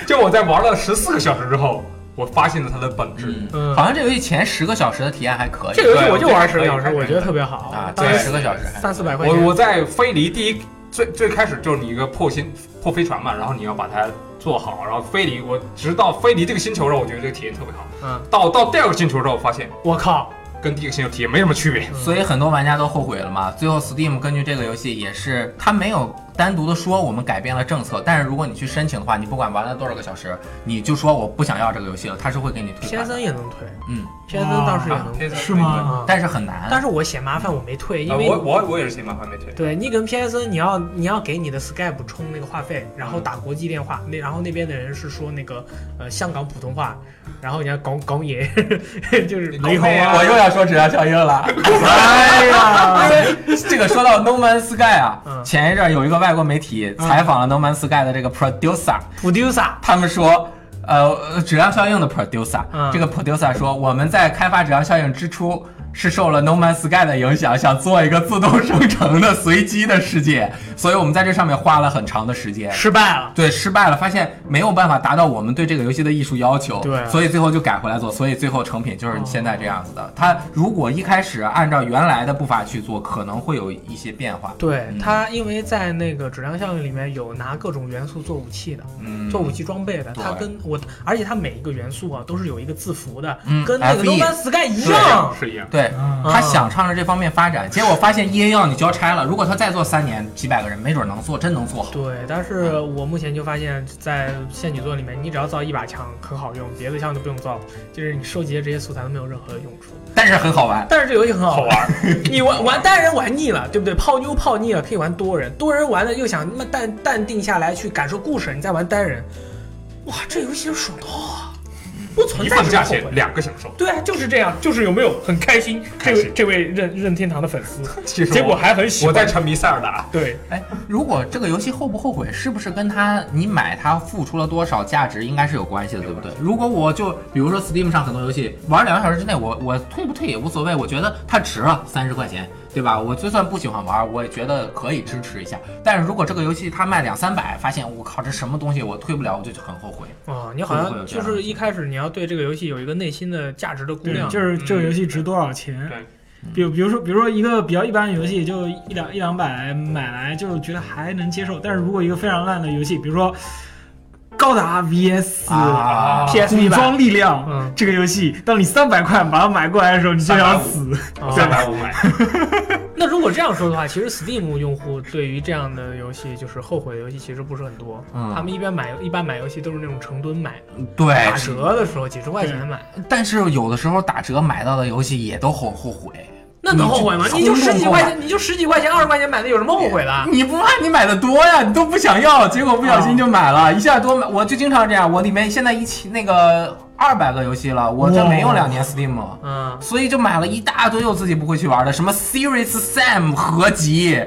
C: 就我在玩了十四个小时之后，我发现了它的本质。
B: 嗯，
A: 嗯
B: 好，像这游戏前十个小时的体验还可以
A: 这个游戏我就玩
C: 对
A: 十个小时，我
C: 我觉
A: 觉
C: 得
A: 得
C: 特
A: 特别好
B: 啊，
A: 当
B: 前
A: 时
B: 十个小时还可以
A: 三四百块钱，
C: 我我在飞离第一最最开始就是你一个破星破飞船嘛，然后你要把它做好，然后飞离我，直到飞离这个星球之后，我觉得这个体验特别好。
A: 嗯，
C: 到到第二个星球之后，发现
A: 我靠，
C: 跟第一个星球体验没什么区别。
B: 所以很多玩家都后悔了嘛。最后 Steam 根据这个游戏也是，它没有单独的说我们改变了政策，但是如果你去申请的话，你不管玩了多少个小时，你就说我不想要这个游戏了，它是会给你退款的。
A: PSN 也能退
B: 嗯，
A: ，PSN 当时也能退，
C: 啊
D: 是吗
A: 啊
B: 但是很难。
A: 但是我嫌麻烦，我没退，因
C: 啊，
A: 为
C: 我我我也是嫌麻烦没退。
A: 对你跟 PSN，你要你要给你的 Skype 充那个话费，然
B: 嗯
A: 后打国际电话，那然后那边的人是说那个呃香港普通话，然后你要搞搞野， 就是
D: 雷猴啊
B: 哎我又要说质量效应 了。
A: 哎呀，
B: 这个说到 No Man's Sky 啊，
A: 嗯
B: 前一阵儿有一个外国媒体采访了 No Man's Sky 的这个 producer，、
A: producer，
B: 他们说。呃，质量效应的 producer，、
A: 嗯
B: 这个 producer 说，我们在开发质量效应之初是受了 No Man's Sky 的影响，想做一个自动生成的随机的世界，所以我们在这上面花了很长的时间。
A: 失败了，
B: 对，失败了，发现没有办法达到我们对这个游戏的艺术要求，
A: 对
B: 所以最后就改回来做，所以最后成品就是现在这样子的。它如果一开始按照原来的步伐去做，可能会有一些变化。
A: 对
B: 嗯
A: 他因为在那个质量效应里面有拿各种元素做武器的。
B: 嗯，
A: 做武器装备的，
B: 对
A: 它跟我，而且它每一个元素啊都是有一个字符的，
B: 嗯
A: 跟那个
B: FE
A: No Man's Sky 一
C: 是
A: 样。
C: 是一样。
B: 对。
D: 啊，
B: 他想唱着这方面发展，结果发现 EA 要你交差了。如果他再做三年，几百个人，没准能做，真能做好。
A: 对，但是我目前就发现，在仙女座里面，你只要造一把枪很好用，别的枪就不用造了，就是你收集的这些素材都没有任何用处。
B: 但是很好玩，
A: 但是这游戏很好
C: 好
A: 玩，
C: 玩，
A: 你玩玩单人玩腻了，对不对？泡妞泡腻了，可以玩多人，多人玩了又想那么淡淡定下来去感受故事，你再玩单人，哇，这游戏是爽到啊，不存
C: 一
A: 在
C: 放
A: 什么
C: 假
A: 后
C: 前
A: 悔。
C: 两个小时，
A: 对啊，就是这样， 就是有没有很开心？
C: 开
A: 这位
C: 心
A: 这位任任天堂的粉丝，
C: 其实
A: 结果还很喜
C: 我在
A: 欢。
C: 沉迷塞尔 达，
A: 对，
B: 哎，如果这个游戏后不后悔，是不是跟他你买它付出了多少价值应该是有关系的，对不对？如果我就比如说 Steam 上很多游戏玩两个小时之内，我我退不退也无所谓，我觉得它值了三十块钱，对吧？我就算不喜欢玩，我也觉得可以支持一下。但是如果这个游戏它卖两三百，发现我靠这什么东西我退不了，我就很后悔。
A: 哦，你好
B: 会不会
A: 像
B: 有这
A: 就
B: 样
A: 是一开始你要对这个游戏有一个内心的价值的估
D: 对，
A: 量，
D: 就是这个
C: 嗯
D: 游戏值多少钱
C: 对？
D: 比如，比如说，比如说一个比较一般的游戏，就一两一两百买来，就觉得还能接受。但是如果一个非常烂的游戏，比如说高达 VS
B: 啊
A: PS
D: 武
A: 版
D: 装力量、
A: 嗯
D: 这个游戏，当你三百块把它买过来的时候，你就想死。
A: 哦
C: 三百五买。
A: 那如果这样说的话，其实 Steam 用户对于这样的游戏，就是后悔的游戏，其实不是很多。
B: 嗯哎
A: 他们一般买一般买游戏都是那种成吨买，
B: 对
A: 打，折的时候几十块钱买，
B: 但是有的时候打折买到的游戏也都很后悔。
A: 那能后悔吗？
B: 你
A: 你
B: 就
A: 就十几块钱，你就十几块钱、二十块钱买的，有什么后悔的？
B: 你不怕你买的多呀？你都不想要，结果不小心就买
A: 啊
B: 了，一下多买，我就经常这样。我里面现在一起那个二百个游戏了，我这
D: 哇
B: 没
A: 哦
B: 用两年 Steam，
A: 嗯，
B: 所以就买了一大堆我自己不会去玩的，什么 Series Sam 合集，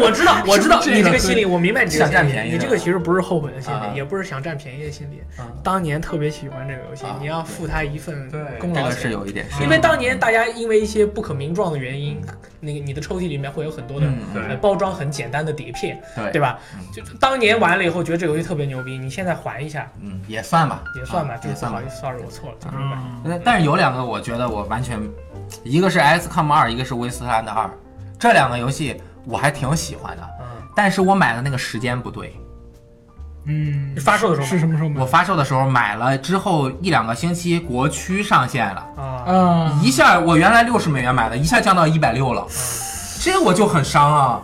A: 我知道，我知道
B: 是不是
A: 你这
B: 这个
A: 个心理，我明白你这个
B: 想占
A: 心
B: 便宜
A: 理。你
B: 的
A: 这个其实不是后悔的心
B: 啊
A: 理，也不是想占便宜的心理
B: 啊。
A: 当年特别喜欢这个游戏
B: 啊，
A: 你要付他一份
C: 对
A: 功
B: 这
A: 劳
B: 个
A: 钱
B: 是。有一点是有
A: 因为当年大家因为一些不可名状的原因，那个你的抽屉里面会有很多的
B: 嗯
C: 对
A: 呃包装很简单的碟片，
B: 对嗯
A: 对吧？就就当年玩了以后觉得这个游戏特别牛逼，你现在还一下
B: 嗯也算吧，
A: 也算吧，
B: 啊
A: 就
B: 也
A: 是不
B: 算吧啊
A: 好意。思，sorry，我错了，就这么办。
D: 嗯，
B: 但但是有两个我觉得我完全，一个是 XCOM 二，一个是威斯兰的二，这两个游戏我还挺喜欢的，
A: 嗯，
B: 但是我买的那个时间不对。
D: 嗯，
A: 发售的时候
D: 是什么时候买
B: 我？发售的时候买了之后一两个星期，国区上线了，
A: 啊，
D: 啊，
B: 一下我原来六十美元买的，一下降到一百六
A: 嗯
B: 了，这我就很伤啊，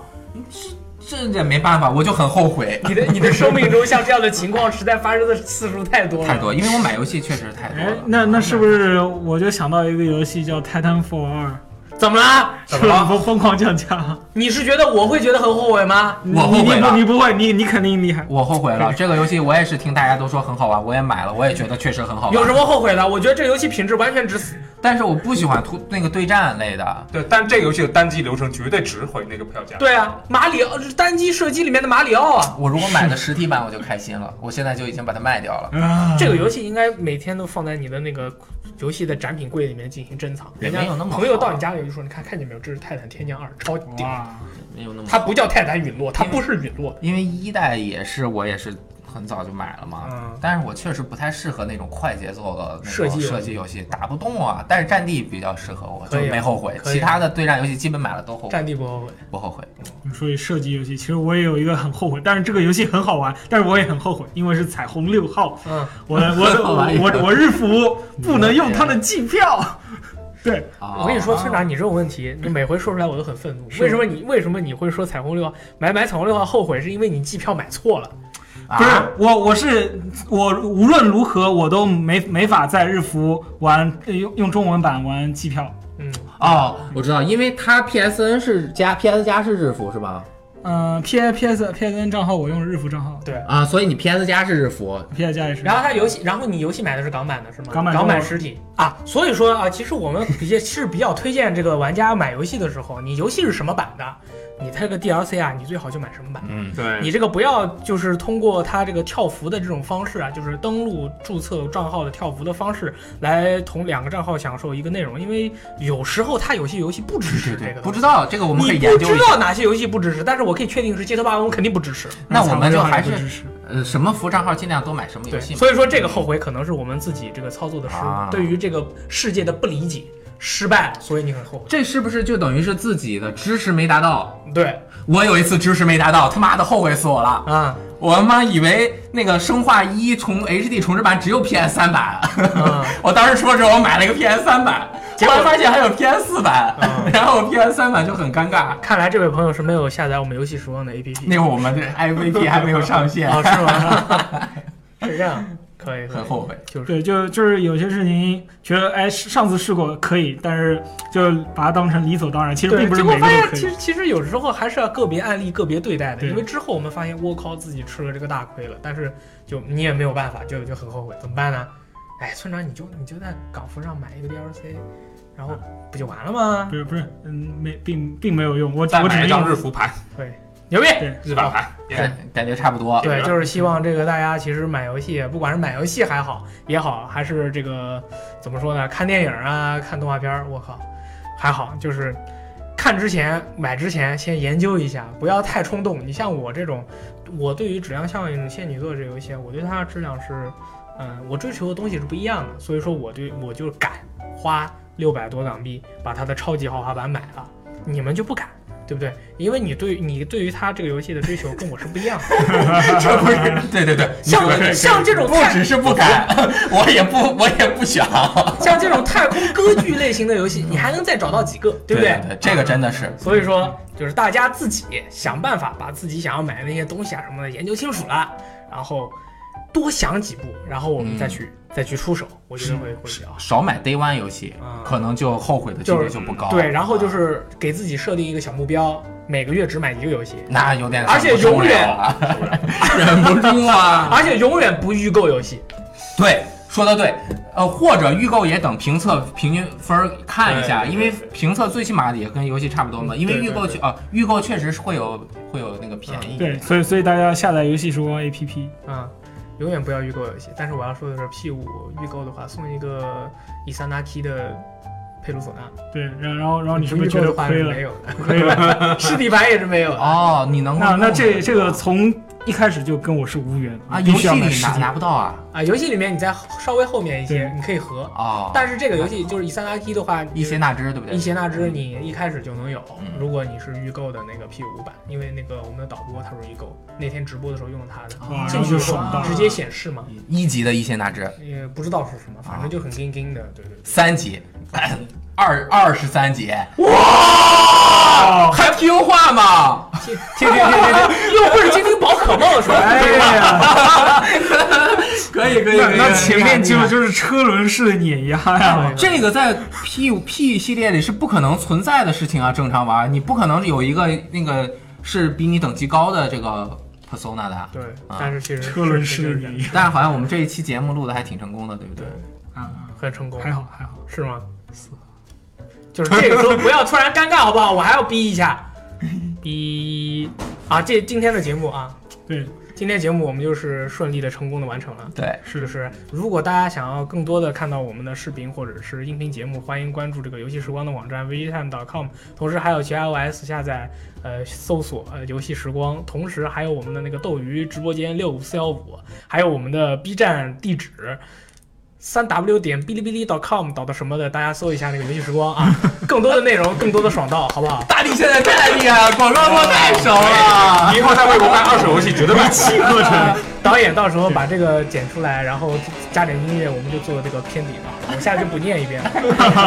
B: 这这也没办法，我就很后悔
A: 你的你的生命中像这样的情况实在发生的次数太多了，
B: 太多，因为我买游戏确实太多
D: 哎
B: 了，。
D: 那那是不是我就想到一个游戏叫《Titanfall 二
A: 怎么啦？》，
C: 怎么了
D: 不疯狂降价？
A: 你是觉得我会觉得很后悔吗？
B: 我后悔了
D: 你你不你不会，你你肯定厉害。
B: 我后悔了，这个游戏我也是听大家都说很好玩，我也买了，我也觉得确实很好玩。
A: 有什么后悔的？我觉得这游戏品质完全值死。
B: 但是我不喜欢突那个对战类的，
C: 对，但这个游戏的单机流程绝对值回那个票价。
A: 对啊，马里奥单机射击里面的马里奥啊，
B: 我如果买的实体版我就开 心了，我现在就已经把它卖掉
A: 嗯
B: 了。
D: 啊，
A: 这个游戏应该每天都放在你的那个游戏的展品柜里面进行珍藏。
B: 也
A: 人家
B: 没有那么好啊
A: 朋友到你家里就说：“你看看见没有，这是《泰坦天降二》，超顶。
D: 哇，
B: 没有那么
A: 它不叫《泰坦陨落》，它不是陨落的。
B: 因为一代也是我也是很早就买了嘛。
A: 嗯，
B: 但是我确实不太适合那种快节奏的那
A: 射
B: 种
A: 击游戏
B: 射击游戏，打不动啊。但是战地比较适合我，就
A: 可以啊
B: 没后悔。
A: 可以啊
B: 其他的对战游戏基本买了都后悔，
A: 战地不后悔。
B: 不后悔。
D: 你说起射击游戏，其实我也有一个很后悔，但是这个游戏很好玩，但是我也很后悔，因为是彩虹六号，
A: 嗯，
D: 我我
B: 好玩
D: 我我我日服不能用它的季票。对，
B: 啊
A: 我跟你说，村长，你这种问题，你每回说出来我都很愤怒。为什么你为什么你会说彩虹六号买买彩虹六号后悔？是因为你机票买错了。
B: 啊
D: 不是我我是我无论如何我都没没法在日服玩呃用用中文版玩机票。
A: 嗯，
B: 哦，我知道，因为它 PSN 是加 PS 加是日服是吧？
D: 嗯、p I P S P S N 账号我用日服账号
A: 对。
B: 啊，所以你 PS 加是日服，
D: ，P S 加也是。
A: 然后它游戏，然后你游戏买的是港版的是吗？
D: 港版
A: 实体啊，所以说啊，其实我们比较是比较推荐这个玩家买游戏的时候，你游戏是什么版的，你它这个 DLC 啊，你最好就买什么版。
B: 嗯，
C: 对，
A: 你这个不要就是通过它这个跳服的这种方式啊，就是登录注册账号的跳服的方式来同两个账号享受一个内容，因为有时候它有些游戏不支
B: 对
A: 持这
B: 对
A: 个
B: 对，
A: 东西。
B: 不知道这个我们可
A: 你
B: 以
A: 不
B: 研究
A: 知
B: 一下。
A: 道哪些游戏不支持，但是我可以确定是《街头霸王》肯定不支持。
B: 那我嗯们就还
D: 不支
B: 是
D: 持
B: 呃什么服账号尽量多买什么游
A: 对，
B: 戏嘛。
A: 所以说这个后悔可能是我们自己这个操作的失误，
B: 啊
A: 对于这个世界的不理解、失败，所以你很后悔。
B: 这是不是就等于是自己的知识没达到？
A: 对
B: 我有一次知识没达到，他妈的后悔死我了！
A: 啊，
B: 我他妈以为那个《生化一》重 HD 重置版只有 PS 三版，
A: 嗯
B: 我当时说之后我买了一个 PS 三版，
A: 结
B: 结
A: 果
B: 果发现还有 PS 四版，
A: 嗯
B: 然后 PS 三版就很尴尬。
A: 看来这位朋友是没有下载我们游戏时光的 APP。
B: 那会儿我们这 MVP 还没有上线，
A: 哦，是吗？ 是这样，可以，可以
B: 很后悔。
A: 就是
D: 对，就就是有些事情觉得哎上次试过可以，但是就把它当成理所当然，其实并不是
A: 结果
D: 每个
A: 发
D: 都
A: 现
D: 可以
A: 其。实其实有时候还是要个别案例个别对待的，
D: 对
A: 因为之后我们发现我靠自己吃了这个大亏了，但是就你也没有办法，就就很后悔，怎么办呢？哎，村长你就你就在港服上买一个 DLC，然后
D: 嗯
A: 不就完了吗
D: 不？是不是，嗯，没并并没有用，我
C: 再
D: 我只
C: 买
D: 能
C: 一张
D: 用
C: 日服盘，
A: 牛逼！
C: 日版盘，
A: 哦
B: 感感觉差不多。
A: 对，就是希望这个大家其实买游戏，不管是买游戏还好也好，还是这个怎么说呢，看电影啊，看动画片儿，我靠，还好，就是看之前买之前先研究一下，不要太冲动。你像我这种，我对于质量效应仙女座这游戏，我对它的质量是，嗯，我追求的东西是不一样的，所以说我对我就敢花六百多港币把它的超级豪华版买了，你们就不敢。对不对？因为你对你对于它这个游戏的追求跟我是不一样的，
B: 这不是对对对，
A: 像
B: 你说
A: 像这种
B: 不
A: 太
B: 只是不敢， 我也不我也不想，
A: 像这种太空歌剧类型的游戏，你还能再找到几个，对嗯不
B: 对？这个真的是
A: 所以说，就是大家自己想办法把自己想要买的那些东西啊什么的研究清楚了，然后多想几步，然后我们再
B: 嗯
A: 去、再去出手，我觉得会会比较好。
B: 少买 Day One 游戏，
A: 嗯
B: 可能就后悔的几率就不高。啊
A: 对，然后就是给自己设定一个小目标，每个月只买一个游戏，
B: 那有点
A: 而且
B: 忍不住
A: 永远
B: 了啊忍不住啊。
A: 而且永远不预购游戏。
B: 对，说的对，呃，或者预购也等评测平均分儿看一下，
C: 对对
B: 因为评测最起码也跟游戏差不多嘛。因为
A: 对对嗯
B: 预购确啊、预购确实是会有会有那个便宜。
D: 对，所以所以大家下载游戏时光 APP，
A: 啊、永远不要预购游戏。但是我要说的是，P 五预购的话，送一个伊桑达 K 的佩鲁索纳，
D: 对，然然后然后哦你是不
A: 不
D: 是
A: 预
D: 觉
A: 购
D: 得
A: 的话
D: 亏
A: 是
D: 了
A: 没？有的，
D: 亏了。
A: 实体版也是没有的。
B: 哦，你能够
D: 那那这
B: 弄
D: 这个从一开始就跟我是无缘
B: 啊，
D: 必
B: 游
D: 须
B: 戏
D: 要买
B: 里
D: 实
B: 拿
D: 体
B: 拿不到啊。
A: 啊，游戏里面你在稍微后面一些
D: 对，
A: 你可以合。
B: 哦，
A: 但是这个游戏就是以三拉一的话，
B: 一些纳支对不对
A: 一？些纳支你一开始就能有，
B: 嗯
A: 如果你是预购的那个 P 五版，因为那个我们的导播他说预购，那天直播的时候用他的，
D: 哇
A: 进
D: 哦然后
A: 去
D: 就
A: 的时
D: 爽
A: 候
D: 到嗯
A: 直接显示嘛，
B: 一级的一些纳支，
A: 也不知道是什么，
D: 啊
A: 反正就很硬硬的，对 对对。
B: 三级， 二二十三级，
D: 哦，
B: 还听话吗？
A: 听听听听听，又不是精灵 宝可梦说，
D: 哎呀，
B: 可以可以，
D: 那
B: 可以
D: 那前面
B: 厉
D: 就
B: 害
D: 就是车轮式的碾压呀
A: 对，
B: 这个在 P P 系列里是不可能存在的事情啊！正常玩，你不可能有一个那个是比你等级高的这个 persona 的。啊
A: 对，但是其实
D: 车轮式的
A: 是
D: 碾压
B: 但是好像我们这一期节目录的还挺成功的，对不对？
D: 啊，
A: 很成功，
D: 还好还好，
A: 是吗？就是这个时候不要突然尴尬，好不好？我还要逼一下，逼啊！这今天的节目啊，
D: 对，
A: 今天节目我们就是顺利的成功的完成了。
B: 对，
A: 是就是，如果大家想要更多的看到我们的视频或者是音频节目，欢迎关注这个游戏时光的网站 v g t i m e c o m 同时还有去 iOS 下载，呃，搜索呃游戏时光，同时还有我们的那个斗鱼直播间六五四幺五，还有我们的 B 站地址。三 w 点哔哩哔哩 .com 导到什么的，大家搜一下那个游戏时光啊，更多的内容，更多的爽到，好不好？
B: 大力现在太厉害了，广告做太熟 了。
C: 以后在微博办二手游戏绝对 卖。
D: 契合成。
A: 导演到时候把这个剪出来，然后加点音乐，我们就做这个片底吧。我下去不念一遍了。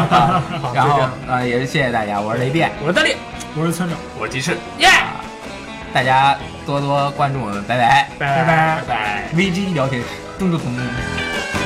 A: 好，就
B: 然
A: 这
B: 后
A: 样。
B: 呃，也是谢谢大家，我是雷电，
A: 我是大力，
D: 我是村长。
C: 我鸡翅，
A: 耶，
B: 大家多多关注我们，拜拜。
A: 拜
D: 拜
A: 拜
C: 拜拜。
B: VG 聊天室，动动动动。
C: 拜拜。